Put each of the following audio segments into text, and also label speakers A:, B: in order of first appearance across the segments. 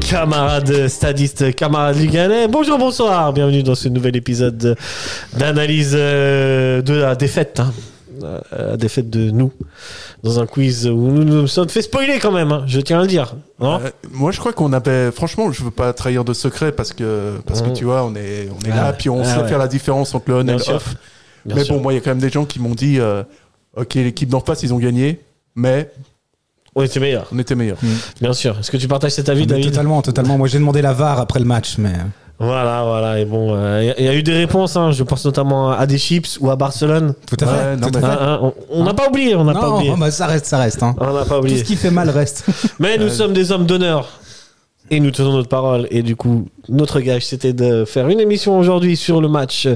A: Camarades stadistes, camarades luganais, bonjour, bonsoir, bienvenue dans ce nouvel épisode d'analyse euh, de la défaite. hein. Euh, La défaite de nous dans un quiz où nous nous sommes fait spoiler quand même, hein, je tiens à le dire. Non
B: Euh, moi, je crois qu'on avait. Franchement, je veux pas trahir de secret parce que parce que
A: Mm.
B: tu vois, on est on est
A: Ah
B: là,
A: ouais.
B: puis on
A: Ah
B: sait
A: ouais.
B: faire la différence entre le on et
A: Bien
C: bah,
B: le
A: sûr.
B: off.
A: Bien
B: mais
A: sûr.
B: bon, moi, il y a quand même des gens qui m'ont dit, euh, ok, l'équipe d'en face, ils ont gagné, mais
A: on était meilleur,
B: on était meilleurs.
A: bien sûr. Est-ce que tu partages cet avis,
C: Ah, Mais
A: David
C: totalement, totalement. Moi, j'ai demandé la VAR après le match, mais
A: Voilà, voilà. Et bon, euh, il y, a- il y a eu des réponses. hein. je pense notamment à des chips ou à Barcelone.
C: tout à fait.
B: Ouais, non,
C: tout à
B: mais-
C: fait.
A: Hein, hein, on- on n'a pas oublié, on n'a pas
C: non,
A: oublié.
C: oh, bah, ça reste, ça reste. hein.
A: On n'a pas
C: Tout
A: oublié.
C: ce qui fait mal reste.
A: Mais
B: Euh,
A: nous sommes des hommes d'honneur et nous tenons notre parole. Et du coup, notre gage, c'était de faire une émission aujourd'hui sur le match euh,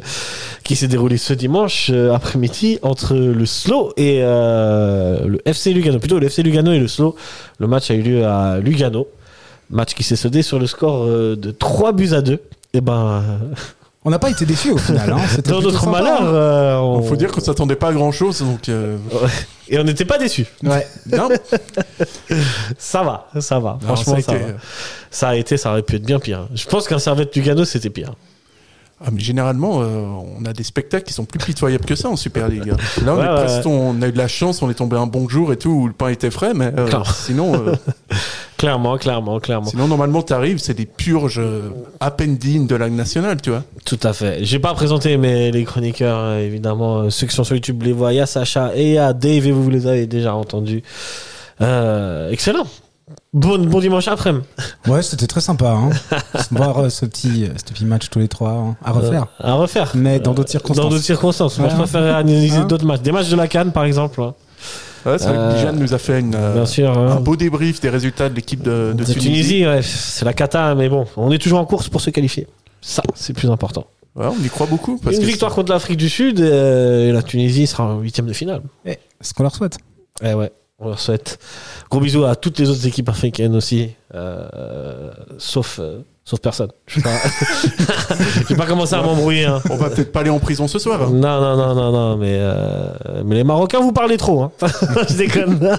A: qui s'est déroulé ce dimanche euh, après-midi entre le Slow et euh, le FC Lugano. Plutôt le FC Lugano et le Slow. Le match a eu lieu à Lugano. Match qui s'est soldé sur le score euh, de 3 buts à 2. Et ben,
C: On n'a pas été déçus au final. Hein. C'était
A: dans
C: plutôt
A: notre
C: sympa, hein.
A: malheur, euh,
B: Il
A: on...
B: hein. faut dire qu'on s'attendait pas à grand chose, donc euh,
A: et on n'était pas déçus.
C: hein. Ouais.
B: non.
A: Ça va, ça va.
B: Non,
A: Franchement,
B: ça a
A: ça,
B: été-
A: va. ça a été, ça aurait pu être bien pire. Je pense qu'un servette Lugano, c'était pire.
B: Ah, mais généralement, euh, on a des spectacles qui sont plus pitoyables que ça en Super League. Là, on,
A: Ouais,
B: est
A: ouais,
B: presque-
A: ouais.
B: on a eu de la chance, on est tombé un bon jour et tout, où le pain était frais, mais euh,
A: Claro.
B: sinon, euh,
A: Clairement, clairement, clairement.
B: sinon normalement, t'arrives, c'est des purges euh, à peine dignes de la Ligue nationale, tu vois.
A: Tout à fait. J'ai pas présenté mais les chroniqueurs, euh, évidemment, euh, ceux qui sont sur YouTube les voient. Il y a Sacha et il y a Dave et vous, vous les avez déjà entendus. Euh, excellent. Bon, bon dimanche après.
C: Ouais, c'était très sympa. Hein. Voir euh, ce, petit, euh, ce petit match tous les trois hein,
A: Euh.
C: à refaire.
A: à refaire.
C: Mais dans d'autres
A: Euh,
C: circonstances.
A: Dans d'autres circonstances. Moi,
C: Ouais,
A: je
C: hein.
A: préférerais analyser
C: Hein.
A: d'autres matchs. Des matchs de la Cannes, par exemple. hein.
B: Ouais, c'est vrai
A: Euh,
B: que Dijan nous a fait une, euh,
A: Bien sûr. hein.
B: un beau débrief des résultats de l'équipe de, de
A: De
B: Tunisie.
A: Tunisie, ouais, c'est la cata, mais bon, on est toujours en course pour se qualifier. Ça, c'est plus important.
B: Ouais, on y croit beaucoup. Parce
A: Une
B: que
A: victoire contre l'Afrique du Sud euh, et la Tunisie sera en huitième de finale.
C: Eh, ce qu'on leur souhaite.
A: Eh ouais, on leur souhaite. Gros bisous à toutes les autres équipes africaines aussi, euh, sauf, euh, sauf personne. Je vais pas, je vais pas commencer à m'embrouiller. hein.
B: c'est- On va peut-être pas aller en prison ce soir. hein.
A: Non, non, non, non, non, mais, euh, mais les Marocains, vous parlez trop. hein. je déconne.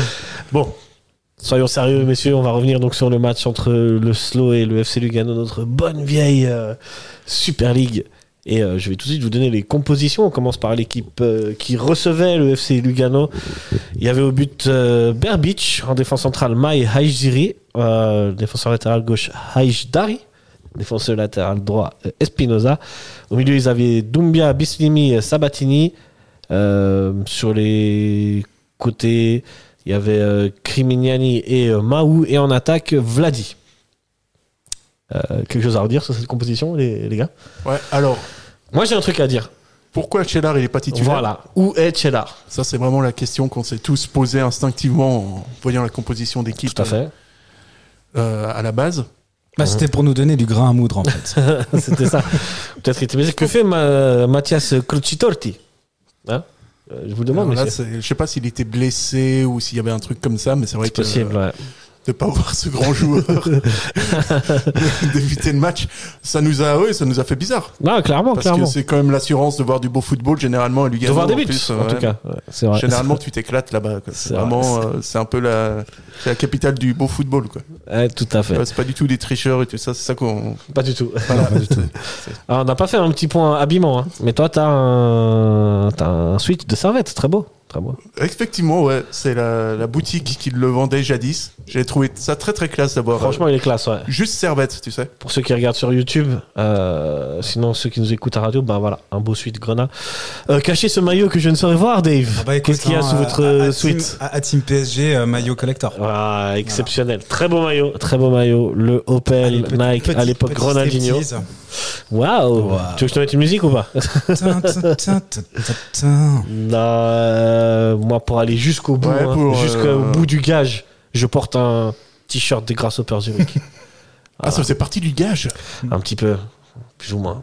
A: bon, soyons sérieux, messieurs. On va revenir donc sur le match entre le Slow et le FC Lugano, notre bonne vieille euh, Super League. Et euh, je vais tout de suite vous donner les compositions. On commence par l'équipe euh, qui recevait le FC Lugano. Il y avait au but euh, Berbic, en défense centrale Mai Haïjiri, euh, défenseur latéral gauche Haïjdari, défenseur latéral droit euh, Espinoza. Au milieu, ils avaient Doumbia, Bislimi, Sabatini. Euh, sur les côtés, il y avait euh, Crimignani et euh, Mahou. Et en attaque, Vladi. Euh, quelque chose à redire sur cette composition, les, les gars
B: Ouais, alors,
A: Moi, j'ai un truc à dire.
B: pourquoi Chellar, il est pas titulaire
A: Voilà. Où est Chelar
B: Ça, c'est vraiment la question qu'on s'est tous posée instinctivement en voyant la composition d'équipe
A: Tout à fait.
B: euh, à la base.
C: Bah, c'était pour nous donner du grain à moudre en fait. Ah,
A: Euh, C'était ça. Peut-être qu'il était blessé. Que fait ma- Mathias Crucitorti Hein Euh, Je vous demande,
B: Alors là,
A: messieurs.
B: c'est- je sais pas s'il était blessé ou s'il y avait un truc comme ça, mais c'est vrai
A: C'est
B: que
A: possible,
B: euh,
A: ouais.
B: de pas voir ce grand joueur d'éviter le match, ça nous a, ouais, ça nous a fait bizarre.
A: Non, clairement,
B: Parce
A: Oh, clairement.
B: que c'est quand même l'assurance de voir du beau football généralement à Lugano.
A: De voir des
B: en
A: buts,
B: plus,
A: en
B: ouais.
A: tout cas. Ouais, c'est vrai.
B: Généralement, tu t'éclates là-bas. quoi.
A: C'est
B: C'est
A: vrai.
B: vraiment, euh, c'est un peu la, c'est la capitale du beau football. Quoi.
A: Ouais, tout à fait.
B: Ouais, C'est pas du tout des tricheurs et tout ça. C'est ça qu'on.
A: Pas du tout.
B: Voilà.
A: Alors, on n'a pas fait un petit point habillement, hein. mais toi, t'as un... t'as un suite de servette, très beau. Très beau.
B: Effectivement, ouais, c'est la, la boutique qui le vendait jadis. J'ai trouvé ça très très classe d'avoir.
A: Franchement, il est classe, ouais.
B: euh, juste servette, tu sais.
A: Pour ceux qui regardent sur YouTube, euh, sinon ceux qui nous écoutent à radio, ben voilà, un beau suite Grenat. Euh, cachez ce maillot que je ne saurais voir,
C: Ah
A: Dave.
C: bah,
A: Qu'est-ce qu'il y a sous votre
C: hein, à,
A: euh,
C: à team,
A: suite
C: à, à Team PSG, euh, maillot collector.
A: Ah, exceptionnel. Très beau maillot, très beau maillot. Le Opel
C: Allez,
A: Nike
C: petit-
A: à l'époque
C: petit-
A: Gronaldinho.
C: petit-
A: Waouh
C: Wow.
A: Tu veux que je te mette une musique ou pas
C: Tin, tin, tin, tin, tin, tin.
A: Non, euh, moi pour aller jusqu'au bout,
B: Ouais,
A: hein,
B: pour, euh,
A: jusqu'au bout du gage, je porte un t-shirt des Grasshoppers Zurich.
B: Ah, ça faisait partie du gage.
A: un petit peu, plus ou moins.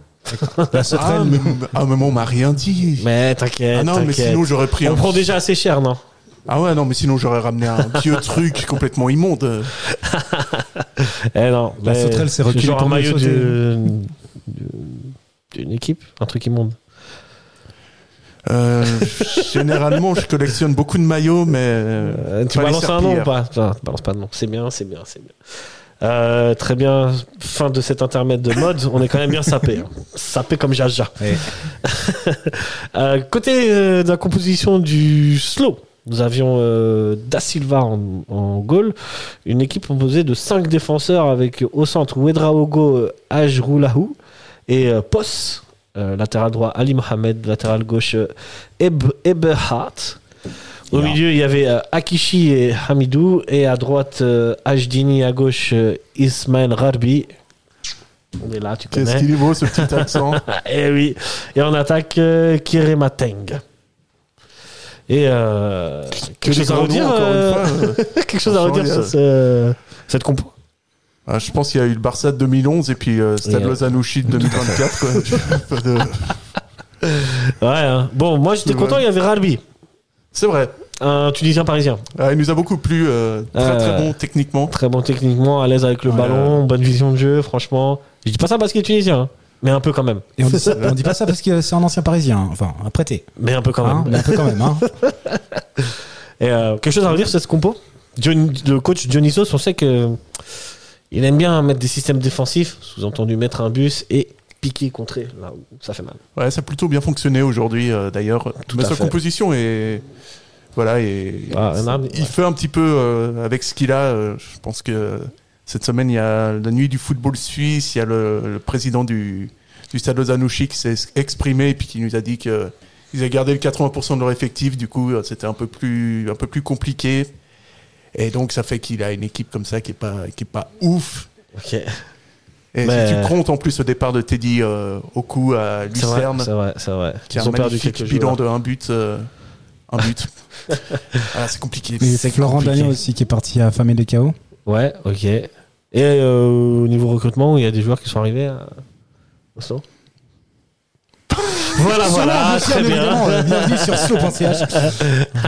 B: Ah, mais, ah, mais on m'a rien dit.
A: Mais t'inquiète,
B: ah non, mais
A: t'inquiète.
B: sinon j'aurais pris
A: On
B: un.
A: prend déjà assez cher, non
B: Ah ouais, non, mais sinon j'aurais ramené un vieux truc complètement immonde.
A: Eh non.
C: La
A: mais
C: sauterelle s'est
A: c'est
C: reculée
A: Genre un
C: pour mieux
A: maillot
C: sauter.
A: de- de- d'une équipe, un truc immonde.
B: Euh, généralement, je collectionne beaucoup de maillots, mais euh,
A: Euh, tu
B: pas les
A: balances un nom
B: serpillères.
A: ou pas Non, tu balances pas de nom. C'est bien, c'est bien, c'est bien. Euh, très bien, fin de cet intermède de mode. On est quand même bien sapé. hein. Sapé comme Jaja.
C: Ouais.
A: Euh, côté euh, de la composition du slow, nous avions euh, Da Silva en, en goal. Une équipe composée de 5 défenseurs avec au centre Wedraogo euh, Ajroulahu et euh, Pos. euh, latéral droit Ali Mohamed, latéral gauche euh, Eb Eberhardt. Au
C: Yeah.
A: milieu, il y avait euh, Akishi et Hamidou. Et à droite, euh, Ajdini. À gauche, euh, Ismail Rarbi. On est là, tu connais.
B: Qu'est-ce qu'il est beau ce petit accent
A: Et oui. Et on attaque euh, Mateng. Et euh, quelque, chose à
B: Les grands noms,
A: redire,
B: encore une
A: euh,
B: fois, euh,
A: quelque chose à
B: Ça change
A: redire euh,
B: rien,
A: sur
B: ça.
A: ce- cette compo.
B: ah, je pense qu'il y a eu le Barça de 2011 et puis euh, Stade
A: Et, euh,
B: Lozanouchi de 2024. quoi. Pas de-
A: Ouais. hein. Bon, moi j'étais
B: C'est
A: content,
B: vrai.
A: il y avait Rarbi,
B: C'est vrai.
A: un Tunisien parisien.
B: Ah, il nous a beaucoup plu. euh, très
A: Euh,
B: très bon techniquement.
A: Très bon techniquement, à l'aise avec le
B: Ouais.
A: ballon, bonne vision de jeu, franchement. Je dis pas ça parce qu'il est tunisien, hein, mais un peu quand même.
C: Et on dit, ça, on dit pas ça parce que c'est un ancien parisien, hein. enfin, un prêté.
A: Mais un peu quand
C: hein,
A: même.
C: mais un peu quand même. Hein.
A: Et euh, quelque chose à redire sur ce compo Dion- Le coach Dionysos, on sait que il aime bien mettre des systèmes défensifs, sous-entendu mettre un bus et piquer, contrer là où ça fait mal.
B: Ouais, ça a plutôt bien fonctionné aujourd'hui euh, d'ailleurs. Mais
A: à
B: sa
A: fait.
B: composition est. Voilà, et
A: Ah, un arbre,
B: il
A: ouais.
B: fait un petit peu euh, avec ce qu'il a. euh, je pense que cette semaine, il y a la nuit du football suisse, il y a le, le président du, du Stade Lozanouchi qui s'est exprimé et puis qui nous a dit que ils avaient gardé le 80% de leur effectif, du coup, euh, c'était un peu plus un peu plus compliqué. Et donc, ça fait qu'il a une équipe comme ça qui est pas qui est pas ouf.
A: Ok,
B: Et
A: Mais-
B: si tu comptes en plus le départ de Teddy euh, au coup à
A: c'est vrai,
B: Lucerne,
A: c'est vrai, c'est vrai.
B: qui a un magnifique
A: joueurs.
B: bilan de un but. euh, un but. Ah, c'est compliqué.
C: Mais c'est Florent
B: compliqué.
C: Dagnon aussi qui est parti à Famé des KO.
A: Ouais, ok. Et euh, au niveau recrutement, il y a des joueurs qui sont arrivés à... au saut Voilà, voilà, très bien.
C: évidemment, euh, Bienvenue sur Slow.ch,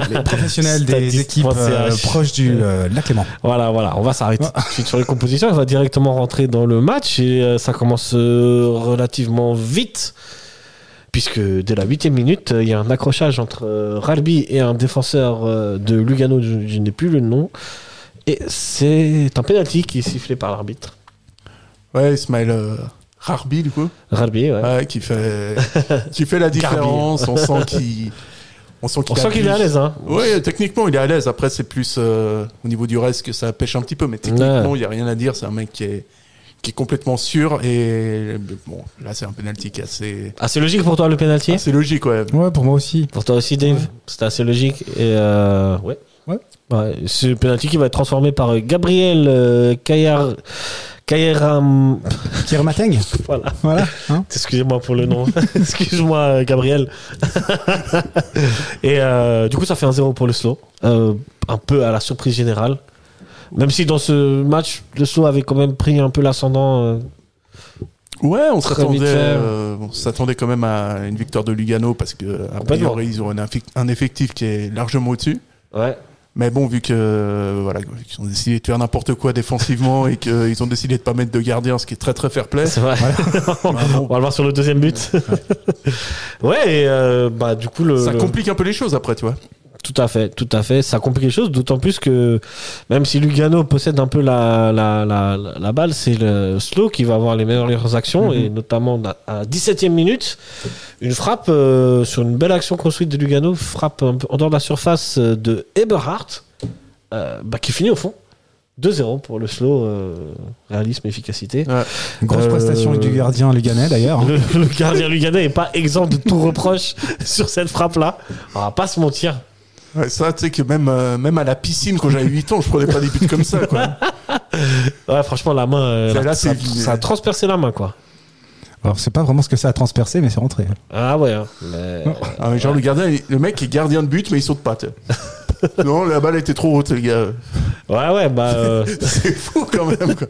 C: les professionnels des
A: Statistique.ch.
C: équipes euh, proches du euh, lac Léman.
A: Voilà, voilà, on va s'arrêter tout de suite sur les compositions. On va directement rentrer dans le match et euh, ça commence euh, relativement vite. Puisque dès la huitième minute, euh, il y a un accrochage entre euh, Ralbi et un défenseur euh, de Lugano, je, je n'ai plus le nom. Et c'est un penalty qui est sifflé par l'arbitre.
B: Ouais, Ismaël euh, Harbi, du coup,
A: Ralbi, ouais.
B: ouais, qui, fait, qui fait la différence. on sent qu'il on sent qu'il
A: On sent qu'il est à
B: abuse.
A: l'aise, hein.
B: Ouais, techniquement, il est à l'aise. Après, c'est plus euh, au niveau du reste que ça pêche un petit peu. Mais techniquement, il n'y a rien à dire. C'est un mec qui est, qui est complètement sûr. Et bon, là, c'est un penalty qui est assez,
A: Assez Ah, logique pour toi le penalty
B: assez logique. Ouais.
C: Ouais, pour moi aussi.
A: Pour toi aussi, Dave, c'était assez logique. Et euh, ouais.
C: Ouais.
A: Ouais, Ce penalty qui va être transformé par euh, Gabriel euh, Kayar. Kayaram.
C: Pierre Mateng,
A: Voilà.
C: voilà. hein.
A: Excusez-moi pour le nom. Excuse-moi, euh, Gabriel. Et euh, du coup, ça fait un zéro pour le slow. Euh, un peu à la surprise générale. Même si dans ce match, le slow avait quand même pris un peu l'ascendant. euh,
B: Ouais, on
A: Très
B: s'attendait,
A: vite fait.
B: euh, on s'attendait quand même à une victoire de Lugano parce que a
A: Complètement.
B: priori, ils ont un, affi- un effectif qui est largement au-dessus.
A: Ouais.
B: Mais bon, vu que euh, voilà, ils ont décidé de faire n'importe quoi défensivement et qu'ils ont décidé de pas mettre de gardien, ce qui est très très fair play.
A: C'est vrai. On va le voir sur le deuxième but. Ouais, et euh, bah, du coup, le.
B: Ça
A: le-
B: complique un peu les choses après, tu vois.
A: Tout à fait, tout à fait. Ça complique les choses, d'autant plus que même si Lugano possède un peu la, la, la, la- la balle, c'est le slow qui va avoir les meilleures actions, et notamment à à 17e minute, une frappe euh, sur une belle action construite de Lugano, frappe un peu en dehors de la surface euh, de Eberhardt, euh, bah, qui finit au fond. 2-0 pour le slow, euh, réalisme, efficacité.
C: Grosse
A: Euh,
C: prestation du gardien Luganais d'ailleurs. hein.
A: Le, le gardien Luganais n'est pas exempt de tout reproche sur cette frappe-là. On va pas se mentir.
B: Ouais, ça, tu sais que même, euh, même à la piscine, quand j'avais 8 ans, je prenais pas des buts comme ça. Quoi.
A: Ouais, franchement, la main, euh,
B: Celle-là,
A: la- ça,
B: c'est-
A: ça a transpercé la main, quoi.
C: Alors, c'est pas vraiment ce que ça a transpercé, mais c'est rentré.
A: Ah ouais. hein. Mais-
B: Ah, mais genre le gardien, il- le mec est gardien de but, mais il saute pas. tu sais. non, la balle était trop haute, les gars.
A: Ouais, ouais, bah. euh,
B: C'est fou quand même. Quoi.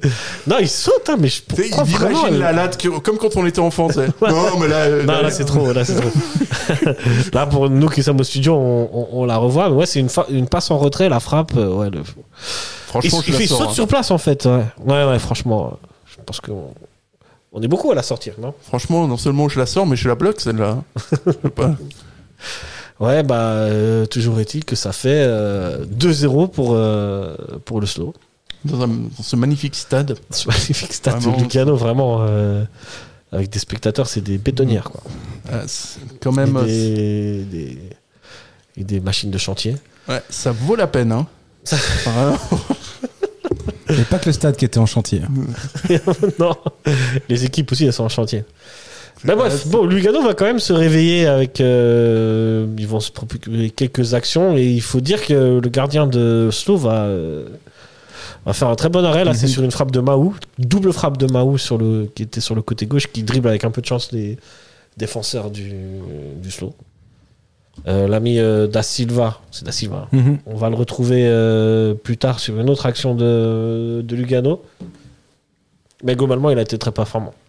A: Non, il saute, hein, mais je
B: Tu sais,
A: pourquoi
B: il
A: vraiment.
B: imagine
A: euh,
B: la latte que- comme quand on était enfant. tu sais. Non, mais là, euh,
A: Non, là, c'est trop. Là, c'est trop. là, pour nous qui sommes au studio, on, on- on la revoit. Mais ouais, c'est une, fa- une passe en retrait, la frappe. euh, Ouais, le- Il,
B: Franchement, je
A: il
B: la
A: fait- il
B: sors,
A: saute
B: hein.
A: sur place, en fait. Ouais, ouais, ouais, franchement. euh, Je pense que. On... on est beaucoup à la sortir, non
B: hein. Franchement, non seulement je la sors, mais je la bloque celle-là. Je sais pas.
A: Ouais, bah, euh, toujours est-il que ça fait euh, 2-0 pour, euh, pour le slow.
B: dans, un- dans ce magnifique stade.
A: Ce magnifique stade
B: Vraiment.
A: de Lugano, vraiment. euh, avec des spectateurs, c'est des bétonnières, quoi.
B: Euh, c'est quand même,
A: et, des, des- et des machines de chantier.
B: euh, ouais, ça vaut la peine. Hein.
A: Ça-
B: Vraiment.
C: Et pas que le stade qui était en chantier.
A: non, les équipes aussi, elles sont en chantier. Bah
B: Ouais,
A: bref, bon, Lugano va quand même se réveiller avec. euh, ils vont se procurer quelques actions et il faut dire que le gardien de Slo va, euh, va faire un très bon arrêt. Là, c'est
B: Mhm.
A: sur une frappe de Mahou, double frappe de Mahou sur le, qui était sur le côté gauche, qui dribble avec un peu de chance les défenseurs du, du Slo. Euh, L'ami euh, Da Silva, c'est Da Silva, hein.
C: Mhm.
A: On va le retrouver euh, plus tard sur une autre action de, de Lugano. Mais globalement, il a été très performant.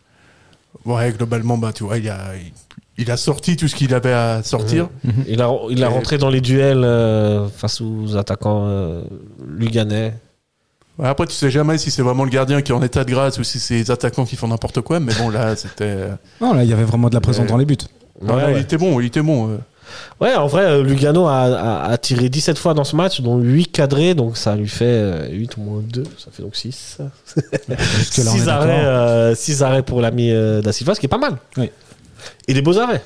B: Ouais, globalement, bah, tu vois, il a, il, il a sorti tout ce qu'il avait à sortir.
A: Il a, il a
B: Et-
A: rentré dans les duels euh, face aux attaquants euh, luganais.
B: Ouais, après, tu sais jamais si c'est vraiment le gardien qui est en état de grâce ou si c'est les attaquants qui font n'importe quoi. Mais bon, là, c'était. euh,
C: Non, là, il y avait vraiment de la présence
B: Euh,
C: dans les buts.
A: Ouais,
B: là,
A: ouais.
B: Il était bon, il était bon. euh.
A: Ouais, en vrai, euh, Lugano a, a- a tiré 17 fois dans ce match, dont 8 cadrés, donc ça lui fait 8 moins 2, ça fait donc 6.
C: Jusque-là, on est
A: 6
C: d'accord.
A: arrêts, euh, six arrêts pour l'ami euh, Da Silva, ce qui est pas mal.
C: Oui.
A: Et des beaux arrêts.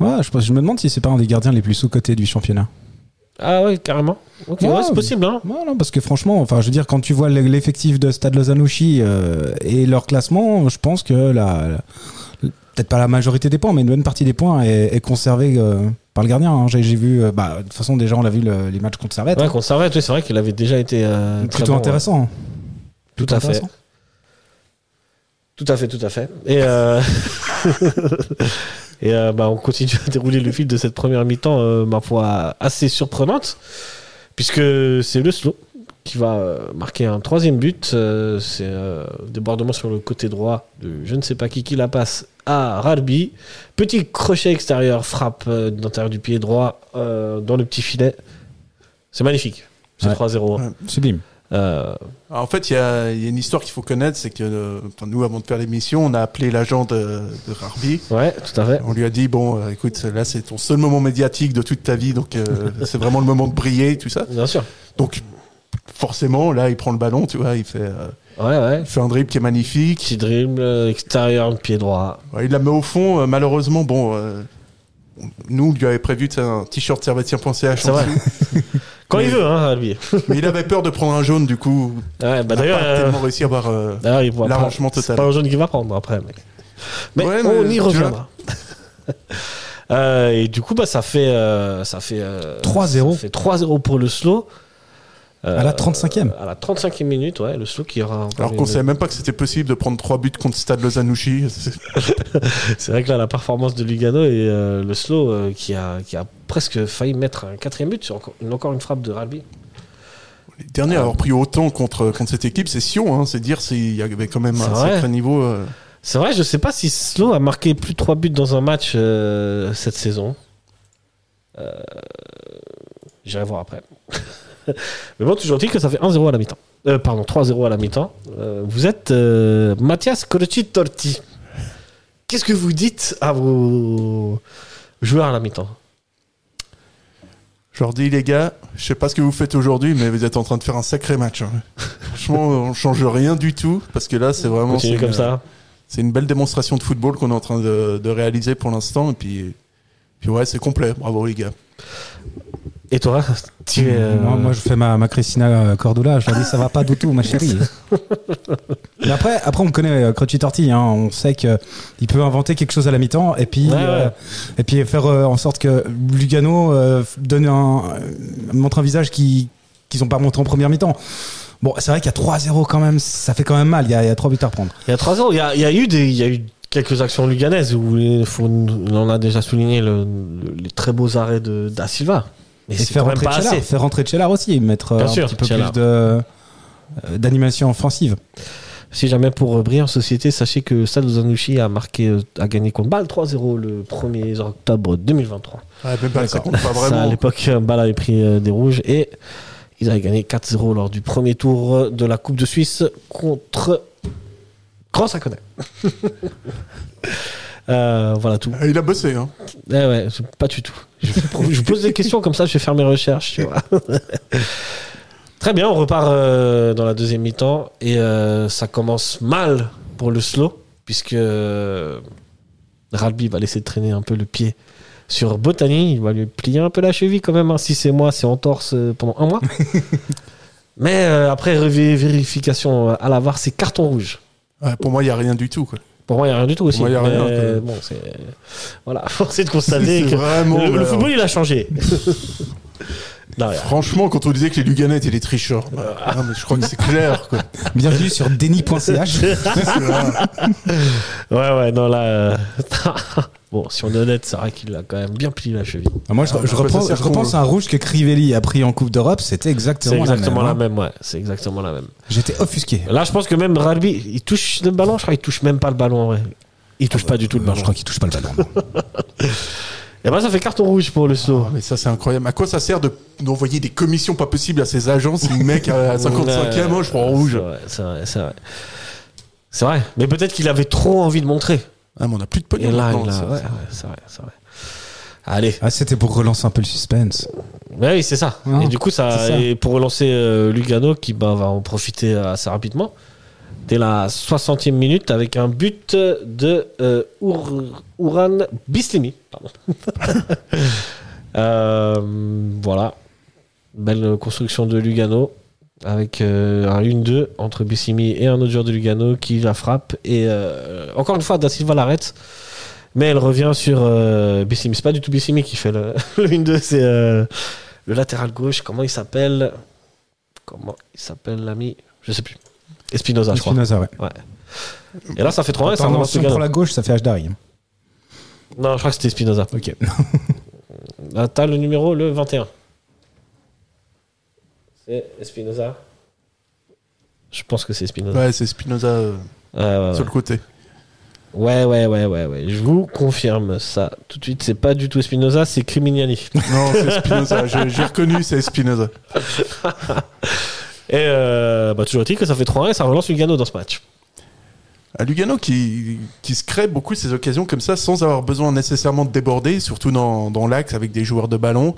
C: Ouais, je, pense- je me demande si c'est pas un des gardiens les plus sous-cotés du championnat.
A: Ah ouais, carrément. Ok,
C: Ouais,
A: ouais, c'est possible, hein.
C: Ouais, non, parce que franchement, enfin, je veux dire, quand tu vois l'e- l'effectif de Stade Lozanouchi euh, et leur classement, je pense que la, la- peut-être pas la majorité des points, mais une bonne partie des points est, est conservée euh, par le gardien. hein. J'ai j'ai vu, euh, bah, de toute façon, déjà, on l'a vu le- les matchs contre Servette. hein.
A: Ouais, qu'on s'arrête, oui, c'est vrai qu'il avait déjà été euh, très
C: plutôt
A: bon, ouais.
C: intéressant. hein.
A: Tout
C: Plutôt
A: à fait.
C: intéressant.
A: Tout à fait, tout à fait. Et, euh, et euh, bah, on continue à dérouler le fil de cette première mi-temps, euh, ma foi, assez surprenante, puisque c'est le slow qui va euh, marquer un troisième but. Euh, c'est euh, débordement sur le côté droit de je ne sais pas qui qui la passe à Rarbi. Petit crochet extérieur, frappe euh, de l'intérieur du pied droit euh, dans le petit filet. C'est magnifique. C'est
C: Ouais.
A: 3-0. hein.
B: Ouais.
C: Sublime.
A: Euh,
B: Alors, Ah, en fait, il y a, il y a une histoire qu'il faut connaître c'est que euh, enfin, nous, avant de faire l'émission, on a appelé l'agent de, de Rarby.
A: ouais, tout à fait.
B: On lui a dit bon, euh, écoute, là, c'est ton seul moment médiatique de toute ta vie, donc euh, c'est vraiment le moment de briller, tout ça.
A: Bien sûr.
B: Donc, forcément, là, il prend le ballon, tu vois, il fait, euh,
A: Ouais, ouais.
B: il fait un dribble qui est magnifique.
A: Petit dribble euh, extérieur, le pied droit.
B: Ouais, il la met au fond, euh, malheureusement, bon. euh, on- nous, on lui avait prévu tu sais, un t-shirt servetien.ch,
A: C'est vrai. Quand
B: Mais-
A: il veut, hein, lui.
B: mais il avait peur de prendre un jaune, du coup,
A: Ouais, bah
B: on n'a
A: d'ailleurs,
B: pas
A: euh,
B: tellement réussi à avoir. euh,
A: d'ailleurs, il voit
B: l'arrangement
A: pas- C'est
B: total.
A: pas un jaune qui va prendre après. Mais, mais
B: Ouais,
A: on
B: mais
A: y
B: tu
A: reviendra. Euh, et du coup, bah, ça fait, euh, ça fait euh,
C: 3-0.
A: ça fait 3-0 pour le slow. Euh,
C: À la 35e.
A: À la 35e minute, ouais, le slow qui aura. encore
B: alors qu'on
A: une-
B: savait même pas que c'était possible de prendre trois buts contre Stade Lozanouchi. C'est-
A: C'est vrai que là, la performance de Lugano et euh, le slow euh, qui, a, qui a presque failli mettre un quatrième but sur encore une, encore une frappe de Ralbi.
B: Les derniers à avoir pris autant contre, contre cette équipe, c'est Sion. Hein, c'est dire s'il y avait quand même
A: C'est
B: un
A: vrai.
B: sacré niveau. euh.
A: C'est vrai, je sais pas si Slow a marqué plus de 3 buts dans un match euh, cette saison. Euh, J'irai voir après. Mais bon, toujours dit que ça fait 1-0 à la mi-temps. Euh, pardon, 3-0 à la mi-temps. Euh, vous êtes euh, Mathias Coroci Torti. Qu'est-ce que vous dites à vos joueurs à la mi-temps
B: Je leur dis, les gars, je sais pas ce que vous faites aujourd'hui, mais vous êtes en train de faire un sacré match. hein. Franchement, on change rien du tout, parce que là, c'est vraiment.
A: Continuez
B: c'est
A: comme
B: une-
A: ça.
B: C'est une belle démonstration de football qu'on est en train de, de réaliser pour l'instant. Et puis, puis ouais, c'est complet. Bravo, les gars.
A: Et toi tu es, euh,
C: Non, moi, je fais ma, ma Christina euh, Cordula. Je leur dis, ça va pas du tout, ma chérie. Mais après, après, on connaît euh, Crocci Torti. hein. on sait que il peut inventer quelque chose à la mi-temps et puis
A: Ouais,
C: euh,
A: ouais.
C: et puis faire euh, en sorte que Lugano euh, f- donne un euh, montre un visage qui qu'ils ont pas montré en première mi-temps. Bon, c'est vrai qu'il y a 3-0 quand même. Ça fait quand même mal. Il y a, il y a 3 buts à reprendre.
A: Il y a trois ans, il y a, il y a eu des, il y a eu quelques actions luganaises où il faut- on a déjà souligné le- le- les très beaux arrêts de da Silva. Mais
C: Et
A: c'est
C: faire
A: quand même
C: rentrer
A: pas
C: Tchellar,
A: assez.
C: faire rentrer Tchellar aussi, mettre euh,
A: Bien
C: un
A: sûr,
C: petit peu
A: Tchellar.
C: plus de euh, d'animation offensive.
A: Si jamais pour euh, briller en société, sachez que Stade Zanushi a marqué, euh, a gagné contre Bâle 3-0 le 1er octobre 2023.
B: Ouais, même pas, ça compte pas
A: Ça, à
B: Ah, vraiment.
A: l'époque, euh, Bâle avait pris euh, des rouges et ils avaient gagné 4-0 lors du premier tour de la Coupe de Suisse contre Grand Saconnet. Euh, voilà tout.
B: Il a bossé, hein.
A: Eh ouais, c'est pas du tout. Je, je pose des questions comme ça, je vais faire mes recherches. tu vois. Très bien, on repart euh, dans la deuxième mi-temps et euh, ça commence mal pour le slow puisque euh, Ralbi va laisser traîner un peu le pied sur Botany. Il va lui plier un peu la cheville quand même. hein. Si c'est moi, c'est en torse euh, pendant un mois. Mais euh, après revé- vérification à la VAR, c'est carton rouge.
B: Ouais, pour moi, il n'y a rien du tout. Quoi.
A: Pour moi, il n'y a rien du tout aussi.
B: moi, il y a rien,
A: Mais,
B: quand même.
A: bon, c'est... Voilà, force est de constater
B: C'est
A: que
B: vraiment,
A: le, le
B: euh,
A: football, il a changé. Non, rien.
B: Franchement, quand on disait que les Luganais étaient des tricheurs, bah,
A: Ah.
B: non, mais je crois que c'est clair. Quoi.
C: Bienvenue sur denny.ch.
A: ouais, ouais, non, là. euh, bon, si on est honnête, c'est vrai qu'il a quand même bien plié la cheville.
C: Ah, moi, je,
B: Ah,
C: je
B: bah,
C: reprends-
B: ça sert
C: je
B: qu'on
C: repense
B: veut.
C: à un rouge que Crivelli a pris en Coupe d'Europe. C'était exactement,
A: C'est exactement
C: la
A: la
C: même. hein.
A: même, Euh, ouais. C'est exactement la même.
C: J'étais offusqué.
A: Là, je pense que même Ralbi, il touche le ballon, je crois qu'il touche même pas le ballon, en vrai. Il touche pas du tout le
C: Euh,
A: ballon.
C: Je crois qu'il touche pas le ballon. non.
A: Et ben, ça fait carton rouge pour le saut.
B: Ah, mais ça, c'est incroyable. À quoi ça sert de- d'envoyer des commissions pas possibles à ces agences si le mec à 55e, hein, je prends
A: C'est
B: rouge
A: vrai, c'est vrai, c'est vrai. C'est vrai. Mais peut-être qu'il avait trop envie de montrer.
B: ah, mais On n'a plus de pognon
A: Et là,
B: maintenant,
A: il a-
B: ça.
A: ouais, ouais, c'est vrai, c'est vrai. Allez.
C: Ah, c'était pour relancer un peu le suspense.
A: Ouais, Bah oui, c'est ça.
C: Non,
A: et du coup, ça,
C: c'est ça.
A: Et pour relancer euh, Lugano, qui bah, va en profiter assez rapidement, dès la 60e minute, avec un but de euh, Our- Ouran Bislimi. Pardon. Euh, voilà. Belle construction de Lugano, avec euh, un 1-2 entre Bislimi et un autre joueur de Lugano qui la frappe. Et euh, encore une fois, Da Silva l'arrête. Mais elle revient sur euh, Bissimi. C'est pas du tout Bissimi qui fait le, le 1-2, c'est euh, le latéral gauche. Comment il s'appelle Comment il s'appelle l'ami Je sais plus. Espinoza, je crois.
C: Espinoza, ouais.
A: Et là, ça fait 3-1 et ça
C: Pardon,
A: relance
C: si
A: le
C: on
A: gagnant.
C: prend la gauche, ça fait hein. Hdari.
A: Non, je crois que c'était Espinoza.
C: Ok.
A: Là, t'as le numéro, le 21. C'est Espinoza Je pense que c'est Espinoza.
B: Ouais, c'est Spinoza euh,
A: Ouais, ouais, ouais.
B: sur le côté.
A: ouais, ouais, ouais, ouais, ouais. Je vous confirme ça tout de suite. C'est pas du tout Espinoza, c'est Crimignani.
B: Non, c'est Spinoza. J'ai j'ai reconnu, c'est Spinoza.
A: Et euh, bah, toujours est-il que ça fait 3-1 et ça relance Lugano dans ce match.
B: À Lugano qui, qui se crée beaucoup ces occasions comme ça sans avoir besoin nécessairement de déborder, surtout dans, dans l'axe avec des joueurs de ballon.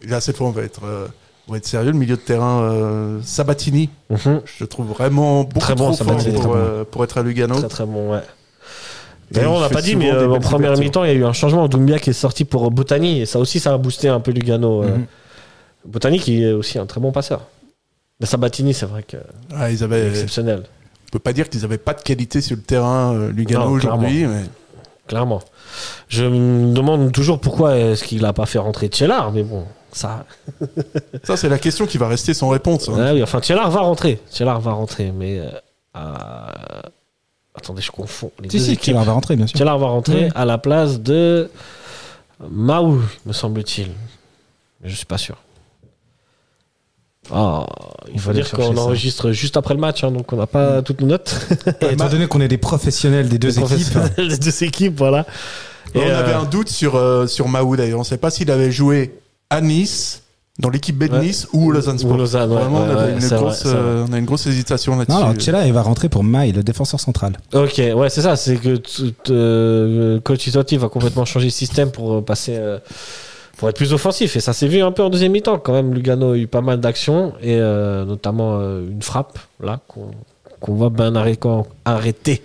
B: Et là, cette fois, on va être, euh, on va être sérieux. Le milieu de terrain, euh, Sabatini, je le trouve vraiment beaucoup
A: Très bon,
B: trop fort
A: Sabatini,
B: pour,
A: très bon.
B: euh, pour être à Lugano.
A: Très très bon, ouais.
B: Et
A: D'ailleurs, on
B: il
A: l'a
B: fait
A: pas dit,
B: souvent
A: mais
B: des
A: euh, en
B: belles
A: première
B: ouvertures.
A: mi-temps, il y a eu un changement. Doumbia qui est sorti pour Botany, et ça aussi, ça a boosté un peu Lugano. euh.
C: Mhm.
A: Botany qui est aussi un très bon passeur. Mais Sabatini, c'est vrai que
B: Ah, ils
A: c'est
B: avaient,
A: exceptionnel,
B: on peut pas dire qu'ils avaient pas de qualité sur le terrain euh, Lugano
A: Non,
B: aujourd'hui. mais
A: clairement. Je me demande toujours pourquoi est-ce qu'il a pas fait rentrer Tchellar, mais bon, ça.
B: Ça, c'est la question qui va rester sans réponse. hein.
A: Ah oui, enfin, Tchellar va rentrer. Tchellar va rentrer, mais. euh, euh, Attendez, je confonds. Les
C: Si,
A: deux
C: si,
A: équipes.
C: Killer va rentrer, bien sûr.
A: Tchellar va rentrer
C: Oui.
A: à la place de Maou, me semble-t-il. Mais je suis pas sûr. Ah, il faut
C: Faut aller
A: dire
C: chercher
A: qu'on
C: ça.
A: enregistre juste après le match, hein, donc on n'a
B: Mm.
A: pas toutes nos notes.
C: Et étant donné qu'on est des professionnels des deux
A: Les
C: équipes,
A: professionnels des deux équipes, voilà.
B: Et
A: Et,
B: on avait
A: euh,
B: un doute sur, euh, sur Mahou d'ailleurs. On ne sait pas s'il avait joué à Nice, dans l'équipe B de
A: Ouais.
B: Nice ou Lausanne Sport.
A: Ou Lausanne, ouais,
B: Vraiment,
A: ouais,
B: on, avait
A: ouais,
B: une
A: c'est vrai,
B: grosse,
A: c'est vrai.
B: euh, on a une grosse hésitation là-dessus.
C: non, alors Tchela, il va rentrer pour Mai, le défenseur central.
A: Ok, ouais, c'est ça. C'est que tout, euh, Coach Isotti va complètement changer de système pour euh, passer, euh, pour être plus offensif. Et ça s'est vu un peu en deuxième mi-temps. Quand même, Lugano a eu pas mal d'actions et euh, notamment euh, une frappe là qu'on qu'on voit Ben Aréco arrêté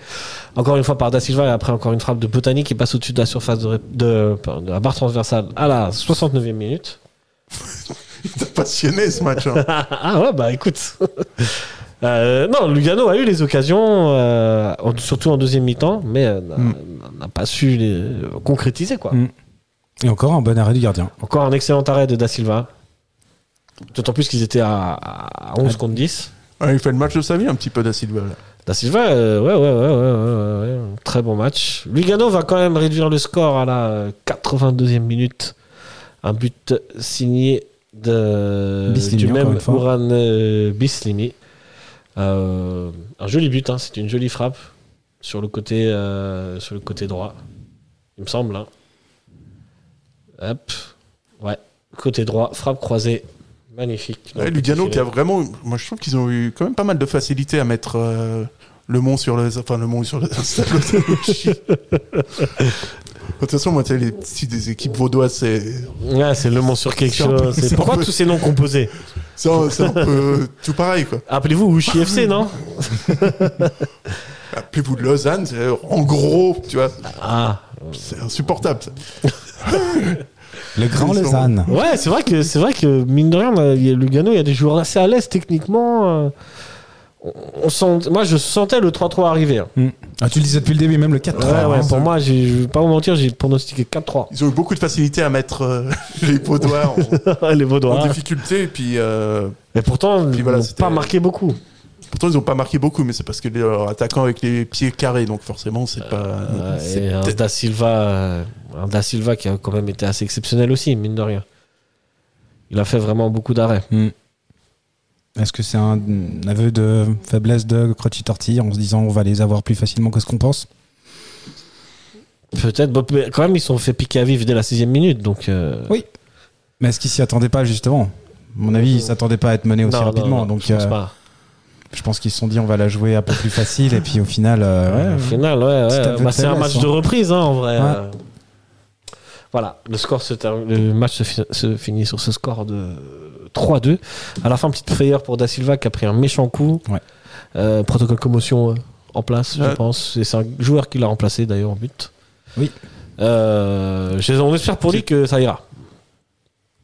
A: encore une fois par Da Silva et après encore une frappe de Botani qui passe au-dessus de la surface de, ré- de- pardon, de la barre transversale à la 69e minute.
B: T'as passionné ce match. hein.
A: Ah, ah ouais, bah écoute. Euh, non, Lugano a eu les occasions, euh, en- surtout en deuxième mi-temps, mais euh, n'a-
C: Mm.
A: n'a pas su les euh, concrétiser. quoi.
C: Mm. Et encore un bon arrêt du gardien.
A: Encore un excellent arrêt de Da Silva. D'autant plus qu'ils étaient à, à 11 contre 10.
B: Ouais, il fait le match de sa vie un petit peu da Silva. là.
A: Da Silva, euh, ouais, ouais, ouais, ouais, ouais, ouais, ouais, très bon match. Lugano va quand même réduire le score à la euh, 82e minute. Un but signé de,
C: Bislimi,
A: du
C: encore
A: même
C: une fois.
A: Ouran euh, Bislimi. Euh, un joli but, hein, c'est une jolie frappe sur le côté, euh, sur le côté droit, il me semble. hein. Hop, ouais, côté droit, frappe croisée, magnifique.
B: Ouais, Lugano qui a vraiment. Moi, je trouve qu'ils ont eu quand même pas mal de facilité à mettre euh, le mont sur le. Enfin, le mont sur le. Stade Lozanochi. De toute façon, moi, tu sais, les petits des équipes vaudoises, c'est.
A: Ouais, c'est le mot sur quelque
B: C'est un peu-
A: chose. C'est
B: c'est un
A: pourquoi
B: peu-
A: tous ces noms composés
B: C'est un, c'est un peu tout pareil, quoi.
A: Appelez-vous Wushi FC, non
B: Appelez-vous de Lausanne, c'est- en gros, tu vois,
A: Ah.
B: c'est insupportable. ça.
C: Le grand
B: Ils sont-
C: Lausanne.
A: Ouais, c'est vrai que c'est vrai que mine de rien, on a- il y a Lugano, il y a des joueurs assez à l'aise techniquement. euh, on- on sent, moi, je sentais le 3-3 arriver. hein.
C: Hmm. Ah, tu le disais depuis le début, même le 4
A: Ouais, ouais, pour moi, j'ai- je vais pas vous mentir, j'ai pronostiqué 4-3.
B: Ils ont eu beaucoup de facilité à mettre euh, les Vaudois en,
A: Les
B: en
A: Vaudois.
B: difficulté, et puis euh,
A: Mais pourtant,
B: Puis
A: ils
B: voilà,
A: n'ont
B: c'était-
A: pas marqué beaucoup.
B: pourtant ils n'ont pas marqué beaucoup, mais c'est parce que leur attaquant avec les pieds carrés, donc forcément c'est pas.
A: Euh,
B: c'est
A: et un
B: peut-être-
A: Da Silva, euh, un Da Silva qui a quand même été assez exceptionnel aussi, mine de rien. Il a fait vraiment beaucoup d'arrêts.
C: Hmm. Est-ce que c'est un aveu de faiblesse de Crotty Torti en se disant on va les avoir plus facilement que ce qu'on pense
A: Peut-être, bon, mais quand même, ils se sont fait piquer à vif dès la sixième minute, donc. euh,
C: Oui, Mais est-ce qu'ils s'y attendaient pas justement À mon avis, ils s'attendaient pas à être menés aussi
A: Euh, non, non,
C: rapidement.
A: non,
C: donc
A: je pense
C: euh,
A: pas.
C: je pense qu'ils se sont dit on va la jouer un peu plus facile et puis au final. euh,
A: Au
C: ouais,
A: final, ouais,
C: Petit
A: ouais.
C: aveu de
A: Bah, c'est un
C: faiblesse,
A: match
C: hein.
A: de reprise, hein, en vrai.
C: Ouais.
A: Euh, Voilà, le score se termine- le match se, fi- se finit sur ce score de 3-2. À la fin, petite frayeur pour Da Silva qui a pris un méchant coup.
C: Ouais.
A: Euh, protocole commotion euh, en place, je
B: Ouais.
A: pense. Et c'est un joueur qui l'a remplacé d'ailleurs en but.
C: Oui.
A: Euh, je- on espère pour lui que ça ira.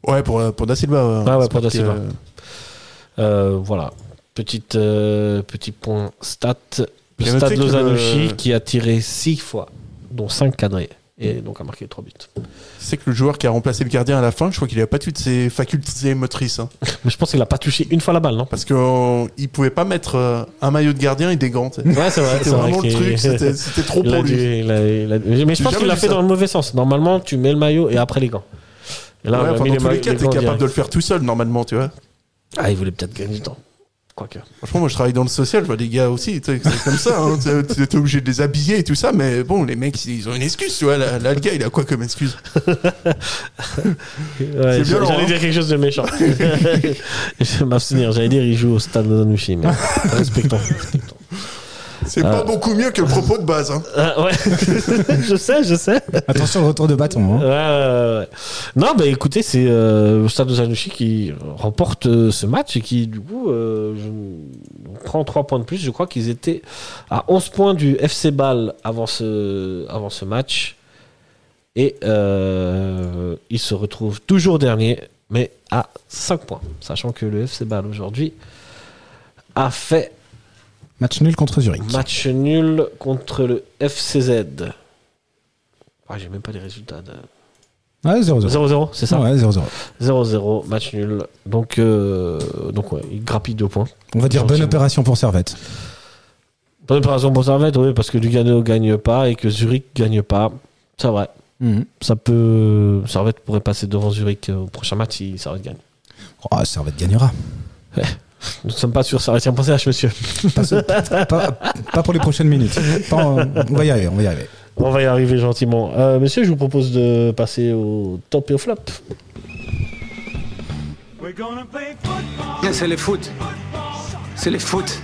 B: Ouais, pour, euh, pour Da Silva.
A: Ouais, Ah ouais,
B: C'est
A: pour Da
B: parce que,
A: Silva.
B: euh,
A: Euh, voilà, petite, euh, petit point stat. Le
B: J'ai noté
A: stade
B: que
A: Lozanochi
B: le-
A: qui a tiré 6 fois, dont 5 cadrés, et donc a marqué 3 buts.
B: c'est que le joueur qui a remplacé le gardien à la fin, je crois qu'il n'avait pas toutes ses facultés motrices. hein.
A: Mais je pense qu'il a pas touché une fois la balle, non
B: parce qu'il ne pouvait pas mettre euh, un maillot de gardien et des gants. tu sais.
A: Ouais, c'est vrai.
B: C'était vraiment le truc, c'était c'était trop
A: Il a
B: pour
A: dû-
B: lui.
A: il a- il a- Mais je
B: J'ai
A: pense
B: jamais
A: qu'il l'a
B: vu
A: fait
B: ça.
A: dans le mauvais sens. Normalement, tu mets le maillot et après les gants. Et
B: Ouais,
A: on a
B: enfin,
A: mis les
B: dans tous les
A: maillots-
B: cas,
A: les
B: t'es
A: gants
B: capable
A: direct.
B: de le faire tout seul normalement, tu vois.
A: Ah, il voulait peut-être gagner du temps. Quoique.
B: Franchement, moi je travaille dans le social, je vois des gars aussi, tu sais, c'est comme ça, hein, tu es obligé de les habiller et tout ça, mais bon, les mecs ils ont une excuse, tu vois. Là, là, le gars il a quoi comme excuse
A: Ouais,
B: violent,
A: J'allais
B: hein.
A: dire quelque chose de méchant. je vais m'abstenir. J'allais dire il joue au stade de Zanushi, mais respectons.
B: C'est pas beaucoup mieux que le propos de base. Hein.
A: Ah, ouais, je sais, je sais.
C: Attention le retour de bâton.
A: Ouais, ouais,
C: hein.
A: ouais, ouais. Non, bah écoutez, c'est euh, le Stade de Zanushi qui remporte euh, ce match et qui, du coup, euh, je- on prend 3 points de plus. Je crois qu'ils étaient à 11 points du FC Bâle avant ce, avant ce match. Et euh, ils se retrouvent toujours dernier, mais à 5 points. Sachant que le FC Bâle aujourd'hui a fait
C: Match nul contre Zurich.
A: match nul contre le FCZ. Ah, J'ai même pas les résultats. de-
C: Ouais, 0-0.
A: 0-0, c'est ça
C: Ouais, 0-0.
A: 0-0, match nul. Donc, euh, donc ouais, il grappille deux points.
C: On va dire bonne
A: Gentiment.
C: opération pour Servette.
A: Bonne opération pour Servette, oui, parce que Lugano gagne pas et que Zurich gagne pas. C'est vrai. Ça peut. Servette pourrait passer devant Zurich euh, au prochain match si Servette gagne.
C: Oh, Servette gagnera.
A: Nous ne sommes pas sûrs, Servette. Tiens, pensez à monsieur.
C: Pas, ce- pas- pas pour les prochaines minutes. Pas en- on va y arriver, on va y arriver.
A: On va y arriver gentiment. Euh, monsieur, je vous propose de passer au top et au flop.
D: Mais C'est le foot. C'est le foot.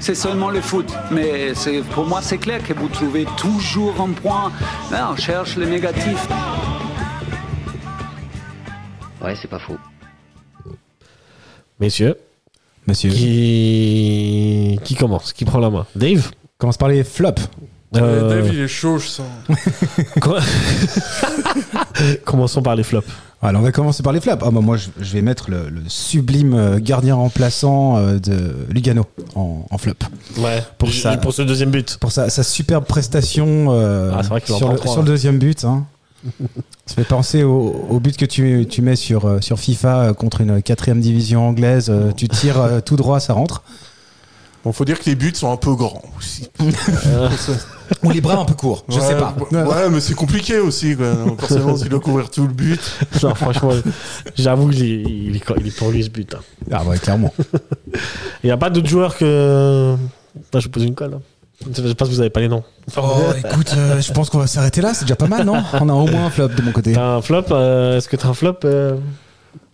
D: C'est seulement le foot. Mais c'est- pour moi, c'est clair que vous trouvez toujours un point. Là, on cherche le négatif.
E: Ouais, c'est pas faux.
A: Messieurs,
C: Monsieur,
A: qui, qui commence Qui prend la main Dave
C: commence par les flops.
A: Euh,
B: il est chaud, je sens.
A: quoi Commençons par les flops.
C: Alors, on va commencer par les flops. Ah, bah, moi, je, je vais mettre le, le sublime euh, gardien remplaçant euh, de Lugano en, en flop.
A: Ouais,
C: Pour ça-
A: pour ce deuxième but.
C: Pour sa, sa superbe prestation euh,
A: Ah, c'est vrai qu'il en
C: sur,
A: prend
C: le,
A: trois,
C: sur le deuxième but. hein. Ça fait penser au, au but que tu, tu mets sur, euh, sur FIFA euh, contre une quatrième division anglaise. euh, tu tires euh, tout droit, ça rentre.
B: Bon, faut dire que les buts sont un peu grands aussi.
C: Ou les bras un peu courts, je
B: Ouais,
C: sais pas.
B: Ouais, ouais, mais c'est compliqué aussi, quoi. Donc, Forcément, s'il doit couvrir tout le but.
A: Non, franchement, j'avoue qu'il est- il est, il est pour lui ce but. hein.
C: Ah, ouais, clairement.
A: Il n'y a pas d'autres joueurs que. Putain, je vous pose une colle. hein. Je pense que vous n'avez pas les noms.
C: Oh, écoute, euh, je pense qu'on va s'arrêter là. C'est déjà pas mal, non On a au moins un flop de mon côté.
A: T'as un flop euh, Est-ce que t'as un flop euh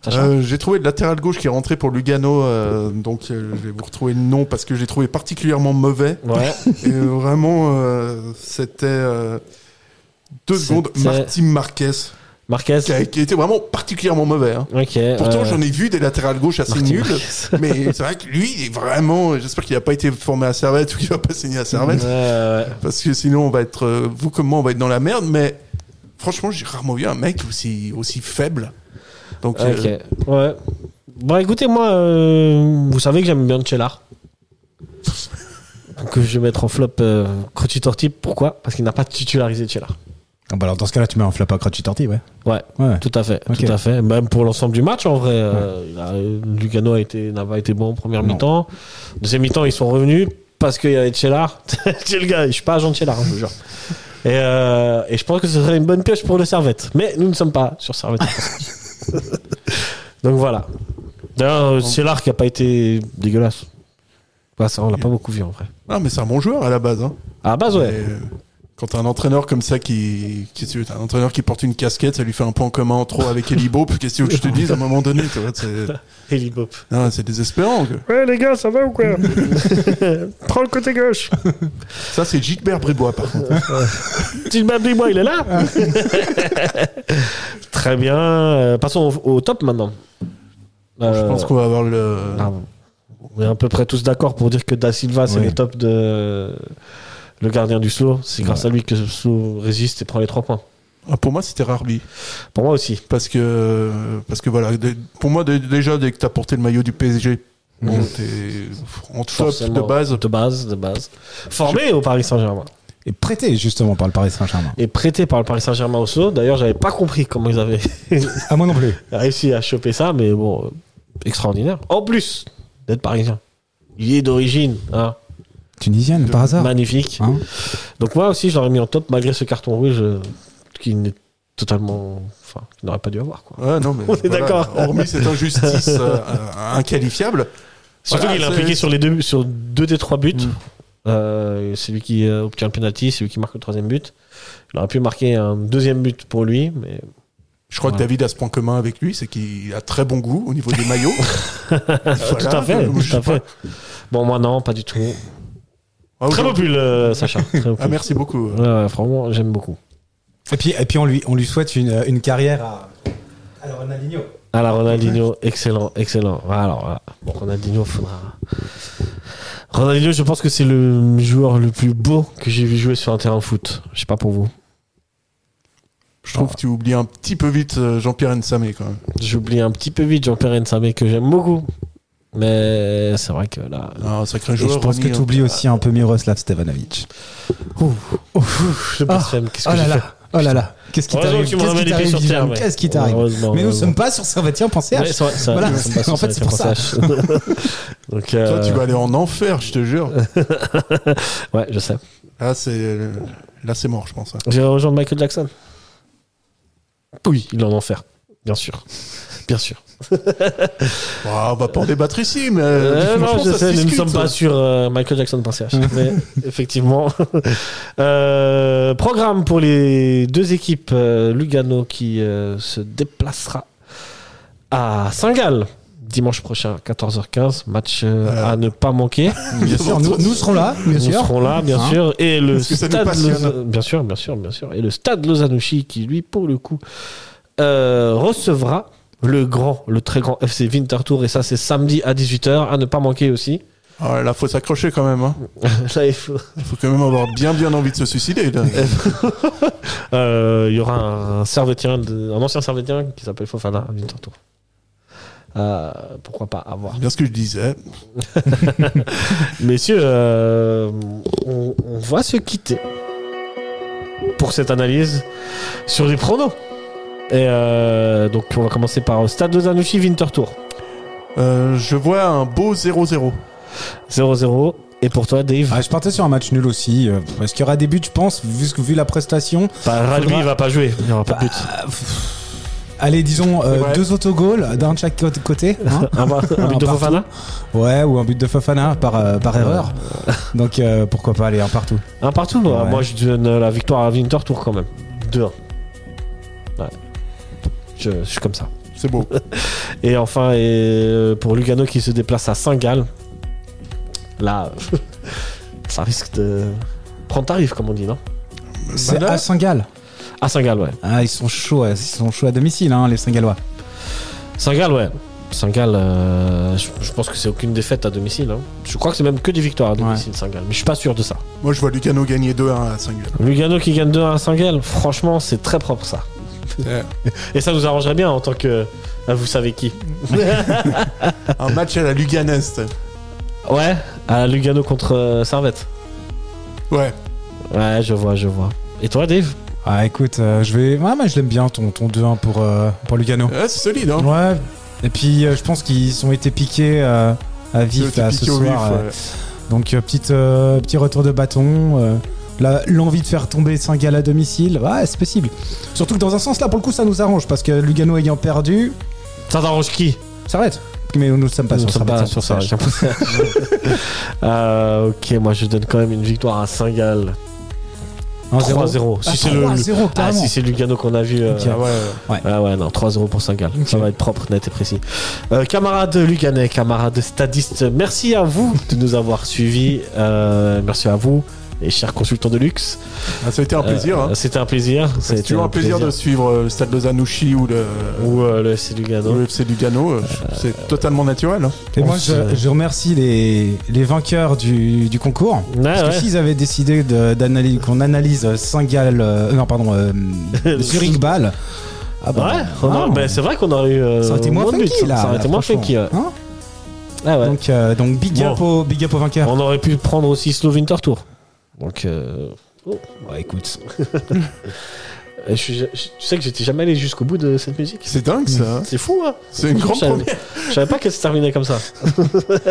A: Sacha
B: Euh, j'ai trouvé le latéral gauche qui est rentré pour Lugano, euh, donc euh, je vais vous retrouver le nom parce que j'ai trouvé particulièrement mauvais.
A: Ouais.
B: Et euh, vraiment, euh, c'était euh, deux
A: C'était-
B: secondes. Martin Marquez,
A: Marquez.
B: qui, a- qui était vraiment particulièrement mauvais. hein.
A: Ok.
B: Pourtant,
A: euh,
B: j'en ai vu des latérales gauches assez
A: Martin
B: nuls,
A: Marquez.
B: mais c'est vrai que lui, il est vraiment. J'espère qu'il n'a pas été formé à Servette ou qu'il n'a pas saigné à Servette,
A: Ouais, ouais.
B: parce que sinon, on va être, euh, vous comme moi, on va être dans la merde. Mais franchement, j'ai rarement vu un mec aussi aussi faible. Donc, euh,
A: Ah, Ok, ouais. Bon, écoutez, moi, euh, vous savez que j'aime bien Tchellar. que je vais mettre en flop euh, Croci Torti. Pourquoi Parce qu'il n'a pas titularisé Tchellar.
C: Ah bah alors dans ce cas-là, tu mets un flap à Cratchit Torti, ouais.
A: Ouais,
C: Ouais.
A: tout à fait,
C: Ok.
A: tout à fait. Même pour l'ensemble du match, en vrai, euh, il a- euh, Lugano a été, n'a pas été bon en première
C: Non.
A: mi-temps. Deuxième mi-temps, ils sont revenus parce qu'il y avait Tchellar. J'ai le gars, je suis pas agent Tchellar, je vous jure. Et, euh, et je pense que ce serait une bonne pioche pour le Servette. Mais nous ne sommes pas sur Servette. Donc voilà. D'ailleurs, euh, Tchellar qui a pas été dégueulasse. Ouais, ça, on l'a pas beaucoup vu en vrai.
B: ah, mais c'est un bon joueur à la base. hein.
A: À la base, ouais.
B: Et, euh, quand t'as un entraîneur comme ça qui, qui t'as un entraîneur qui porte une casquette, ça lui fait un point commun en trop avec Elibo. Puis qu'est-ce que tu veux que je te dise à un moment donné tu vois, c'est-
A: Eli Bob.
B: non, C'est désespérant. que-
A: Ouais, les gars, ça va ou quoi Prends le côté gauche.
B: Ça, c'est Gilbert Bribois, par contre.
A: Petit Babli, moi, il est là. Très bien. Euh, Passons au, au top maintenant. Euh, ah,
B: Je pense qu'on va avoir le.
A: on est à peu près tous d'accord pour dire que Da Silva, c'est
C: Oui.
A: le top de le gardien du slow. C'est grâce à lui que slow résiste et prend les trois points.
B: Ah, pour moi, c'était Rarby.
A: Pour moi aussi.
B: Parce que, parce que voilà, dé- pour moi, dé- déjà, dès que t'as porté le maillot du PSG, bon, t'es en top de
A: Mhm. Forcément.
B: base.
A: De base, de base. Formé au Paris Saint-Germain.
C: Et prêté justement par le Paris Saint-Germain.
A: Et prêté par le Paris Saint-Germain au slow. D'ailleurs, j'avais pas compris comment ils avaient
C: Ah moi non plus.
A: réussi à choper ça, mais bon, euh, extraordinaire. En plus d'être parisien. Il est d'origine, hein.
C: Tunisienne par hasard.
A: Magnifique.
C: Hein
A: Donc moi aussi, je l'aurais mis en top malgré ce carton rouge euh, qui n'est totalement, enfin, qui n'aurait pas dû avoir quoi.
B: Ouais, non, mais
A: On est d'accord.
B: Hormis cette injustice euh, euh, inqualifiable.
A: Surtout
B: Voilà,
A: qu'il est
B: c'est-
A: impliqué sur les deux, sur deux des trois buts.
B: Mm.
A: Euh, c'est lui qui euh, obtient le penalty, c'est lui qui marque le troisième but. Il aurait pu marquer un deuxième but pour lui, mais
B: Je crois que
C: Ouais.
B: David a ce point commun avec lui, c'est qu'il a très bon goût au niveau des maillots. Ah,
A: tout à fait, tout à fait. Bon, moi non, pas du tout. Très beau pull, euh, Sacha. Très beau
B: Ah,
A: pull.
B: merci beaucoup.
A: Ouais, ouais, franchement, j'aime beaucoup.
C: Et puis et puis on lui on lui souhaite une, une carrière à à Ronaldinho.
A: Ah la Ronaldinho, excellent, excellent. Ah, Alors, là, bon, Ronaldinho, faudra. Ronaldinho, je pense que c'est le joueur le plus beau que j'ai vu jouer sur un terrain de foot. Je sais pas pour vous.
B: Je trouve que tu oublies un petit peu vite euh, Jean-Pierre Nsamé quand même.
A: J'oublie un petit peu vite Jean-Pierre Nsamé que j'aime beaucoup. Mais c'est vrai que là.
B: Un sacré
C: Et
B: joueur.
C: je pense que
B: Ronnie, hein.
C: tu oublies aussi un peu Miroslav Stevanovic.
A: Je blasphème, qu'est-ce que j'ai fait
C: Oh là là, qu'est-ce qui
A: Heureusement
C: t'arrive
A: que tu m'as
C: Qu'est-ce
A: ramené
C: qui
A: les pieds
C: t'arrive
A: sur terre.
C: Viviane
A: ouais.
C: Qu'est-ce qui t'arrive
A: Heureusement,
C: Mais nous ne
A: heureusement.
C: sommes pas sur Servetien, pensez à
A: Ouais, c'est vrai, c'est vrai,
C: Voilà,
A: nous sommes pas
C: en
A: sur
C: fait, c'est pour
A: Servetien, CH. Donc, euh,
B: hein. Toi, tu vas aller en enfer, je te jure.
A: ouais, je sais.
B: Là, c'est euh, là, c'est mort, je pense. hein.
A: J'ai rejoint Michael Jackson. Oui, il est en enfer. Bien sûr. Bien sûr.
B: Bon, on va pas en débattre ici, mais
A: Euh,
B: franchement,
A: non, je
B: ça se
A: sais, nous ne
B: discute,
A: sommes pas
B: ça.
A: sur euh, michaeljackson.ch. mais effectivement. Euh, programme pour les deux équipes euh, Lugano qui euh, se déplacera à Saint-Gall dimanche prochain, 14h15. Match euh,
B: Euh,
A: à ne pas manquer.
C: Bien sûr, nous, nous serons là, bien
A: Nous
C: sûr.
A: serons là, bien
C: Hein
A: sûr. Et le
B: Parce que ça nous
A: stade
B: passionne.
A: Lausa- bien sûr, bien sûr, bien sûr. Et le stade Lozanouchi qui, lui, pour le coup, euh, recevra le grand, le très grand FC Winterthur. Et ça, c'est samedi à 18h. À ne pas manquer aussi.
B: Ah, là, faut s'accrocher quand même. hein.
A: Là, il faut-
B: Faut quand même avoir bien, bien envie de se suicider. là.
A: Euh, il y aura un, servetien, de- un ancien servetien qui s'appelle Fofana à Winterthur. Euh, pourquoi pas avoir.
B: bien ce que je disais.
A: Messieurs, euh, on, on va se quitter pour cette analyse sur les pronos. Et euh, donc, on va commencer par euh, Stade de Zanushi Winterthur.
B: Euh, je vois un beau 0-0.
A: 0-0. Et pour toi, Dave,
C: Ah, je partais sur un match nul aussi. euh, Est-ce qu'il y aura des buts, je pense, vu, ce que- vu la prestation
A: bah, Ralbi
C: faudra-
A: va pas jouer. Ah, Il n'y aura pas de but.
C: Allez, disons euh,
B: C'est vrai.
C: deux autogols d'un de chaque côté- côté. hein.
A: Un, un but de
C: partout.
A: Fofana
C: ouais, ou un but de Fofana par, euh, par erreur. Donc euh, pourquoi pas aller un partout.
A: Un partout. moi.
C: Ouais.
A: Moi, je donne euh, la victoire à Winterthur quand même. 2-1. Ouais. Je, je suis comme ça.
B: C'est beau.
A: Et enfin, et euh, pour Lugano qui se déplace à Saint-Gall, là, ça risque de prendre tarif, comme on dit, non Bah
C: C'est
B: là-
C: à Saint-Gall.
A: À Saint-Gall, ouais.
C: Ah, ils sont chauds, à- ils sont chauds à domicile, hein, les Saint-Gallois.
A: Saint-Gall, ouais. Saint-Gall, euh, je, je pense que c'est aucune défaite à domicile. hein. Je crois que c'est même que des victoires à domicile, Saint-Gall. Mais je suis pas sûr de ça.
B: Moi, je vois Lucano gagner 2-1 à Saint-Gall.
A: Lugano qui gagne 2-1 à Saint-Gall, franchement, c'est très propre ça.
B: Ouais.
A: Et ça nous arrangerait bien en tant que. ah, Vous savez qui
B: Un match à la Luganeste.
A: Ouais, à Lugano contre euh, Servette.
B: Ouais.
A: Ouais, je vois, je vois. Et toi, Dave
C: Ah, écoute, euh, je vais. Ouais, mais je l'aime bien, ton, ton 2-1 pour, euh, pour Lugano.
B: Ouais, c'est solide, hein.
C: Ouais. Et puis, euh, je pense qu'ils ont été piqués euh, à vif
B: Le
C: là,
B: petit
C: ce
B: piqué au
C: soir.
B: vif,
C: euh,
B: ouais.
C: Donc euh, petite, euh, petit retour de bâton. euh, la- L'envie de faire tomber Saint-Gall à domicile, ouais, c'est possible. Surtout que dans un sens, là, pour le coup, ça nous arrange parce que Lugano ayant perdu,
A: Ça t'arrange qui
C: ça arrête. Mais nous ne sommes pas
A: Nous
C: sur
A: ne sommes
C: Servette,
A: pas
C: hein,
A: sur
C: ça
A: ça.
C: arrête.
A: Euh, ok, moi je donne quand même une victoire à Saint-Gall.
C: 1-0.
A: 3-0.
C: Ah,
A: Si c'est le-
C: 3-0,
A: Ah,
C: carrément.
A: si c'est Lugano qu'on a vu. euh,
C: Ok.
B: Ah ouais, ouais.
A: Ah ouais, non, 3-0 pour Saint-Gall.
C: Ok.
A: Ça va être propre, net et précis. Euh, camarades Luganais, camarades stadistes, merci à vous de nous avoir suivis. Euh, merci à vous, les chers consultants de luxe.
B: Ah, ça a été un plaisir.
A: Euh,
B: hein.
A: C'était un plaisir.
B: C'est toujours un plaisir, de suivre euh, le stade de Zanouchi ou le,
A: Ou euh, le FC Lugano.
B: ou le FC Lugano. euh, je- c'est totalement naturel. hein.
C: Et moi,
A: On
C: je,
A: se-
C: je remercie les, les vainqueurs du, du concours.
A: Ouais,
C: Parce que
A: ouais.
C: s'ils avaient décidé de- d'analyse- qu'on analyse Saint-Gall, euh, non, pardon, euh, Zurich-Ball, ah bah,
A: Ouais, on aurait-
C: ah,
A: ben, c'est vrai qu'on aurait eu. euh,
C: ça aurait été moins
A: de buts.
C: funky, là.
A: Ça aurait
C: là,
A: été moins
C: franchement.
A: funky, ouais.
C: Hein
A: Ah ouais.
C: Donc, euh, donc big,
A: Bon.
C: up au, big up au vainqueur.
A: On aurait pu prendre aussi Slow Winter Tour. Donc. euh,
B: Oh.
C: Ouais, écoute.
A: Eh, je suis- je- tu sais que j'étais jamais allé jusqu'au bout de cette musique
B: C'est dingue, ça. hein.
A: C'est fou, hein
B: C'est une grande
A: Je savais-
B: première.
A: Je savais pas qu'elle se terminait comme ça.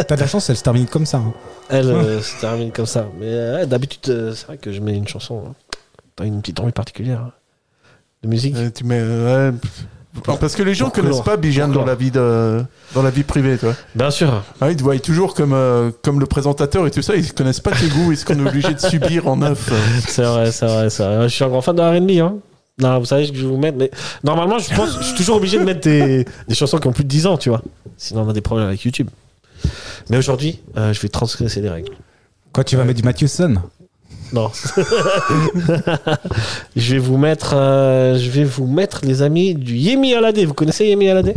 C: T'as de la chance, elle se termine comme ça. hein.
A: Elle euh, se termine comme ça. Mais euh, ouais, d'habitude, euh, c'est vrai que je mets une chanson. hein. T'as une petite envie particulière hein, de musique
B: Euh, tu mets, euh, ouais, p-
A: Pour-
B: parce que les gens
A: pour
B: connaissent
A: clore.
B: pas Bijan
A: Pour
B: dans
A: clore.
B: la vie de, dans la vie privée, toi.
A: Bien sûr.
B: Ah, ils te voient toujours comme, euh, comme le présentateur et tout ça. Ils connaissent pas tes goûts et ce qu'on est obligé de subir en neuf.
A: C'est vrai, c'est vrai, c'est vrai. Je suis un grand fan de RB. Hein. Non, vous savez ce que je vais vous mettre. Mais normalement, je pense je suis toujours obligé de mettre des, des chansons qui ont plus de 10 ans, tu vois. Sinon, on a des problèmes avec YouTube. Mais aujourd'hui, euh, je vais transgresser les règles.
C: Quoi, tu vas mettre du Matthewson
A: Non. je vais vous mettre, euh, je vais vous mettre, les amis, du Yemi Alade. Vous connaissez Yemi Alade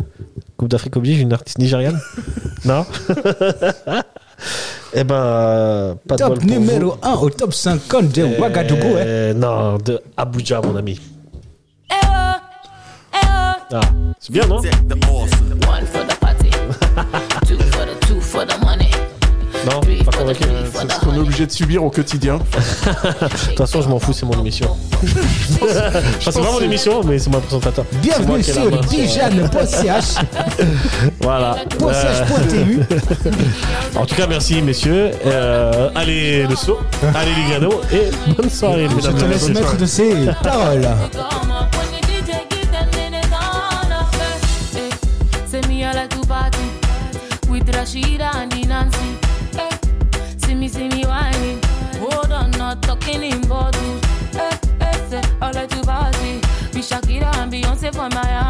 A: Coupe d'Afrique oblige, une artiste nigériane. non. eh ben, euh, pas de bol
C: Top
A: pour
C: numéro
A: vous.
C: 1 au top 50 de Ouagadougou. hein.
A: Euh, Non, de Abuja, mon ami. Ah, c'est bien, non
F: One for the party, two for the two for the money.
A: Non, pas convaincu.
F: Euh,
A: De
B: C'est ce qu'on est obligé de subir au quotidien.
A: toute façon, je m'en fous, c'est mon émission. Enfin, c'est pas mon émission, mais c'est mon présentateur. C'est moi
C: Bienvenue
A: qui ai la
C: sur
A: main.
C: Bijan.ch,
A: Voilà. Euh,
C: .ch.tu.
A: en tout cas, merci, messieurs. Euh, allez, le slow. Allez, Lugano. Et bonne soirée,
C: Je
A: mesdames
C: te
A: et
C: laisse
A: messieurs.
C: mettre de ces paroles.
F: Send Eh, me all like to party with Rashida and the Nancy. Eh, see me, see me whining. Hold on, not talking in bottles. Eh, eh, say all like to party with Shakira and Beyonce for Miami. Eh, oh. oh, uh, oh,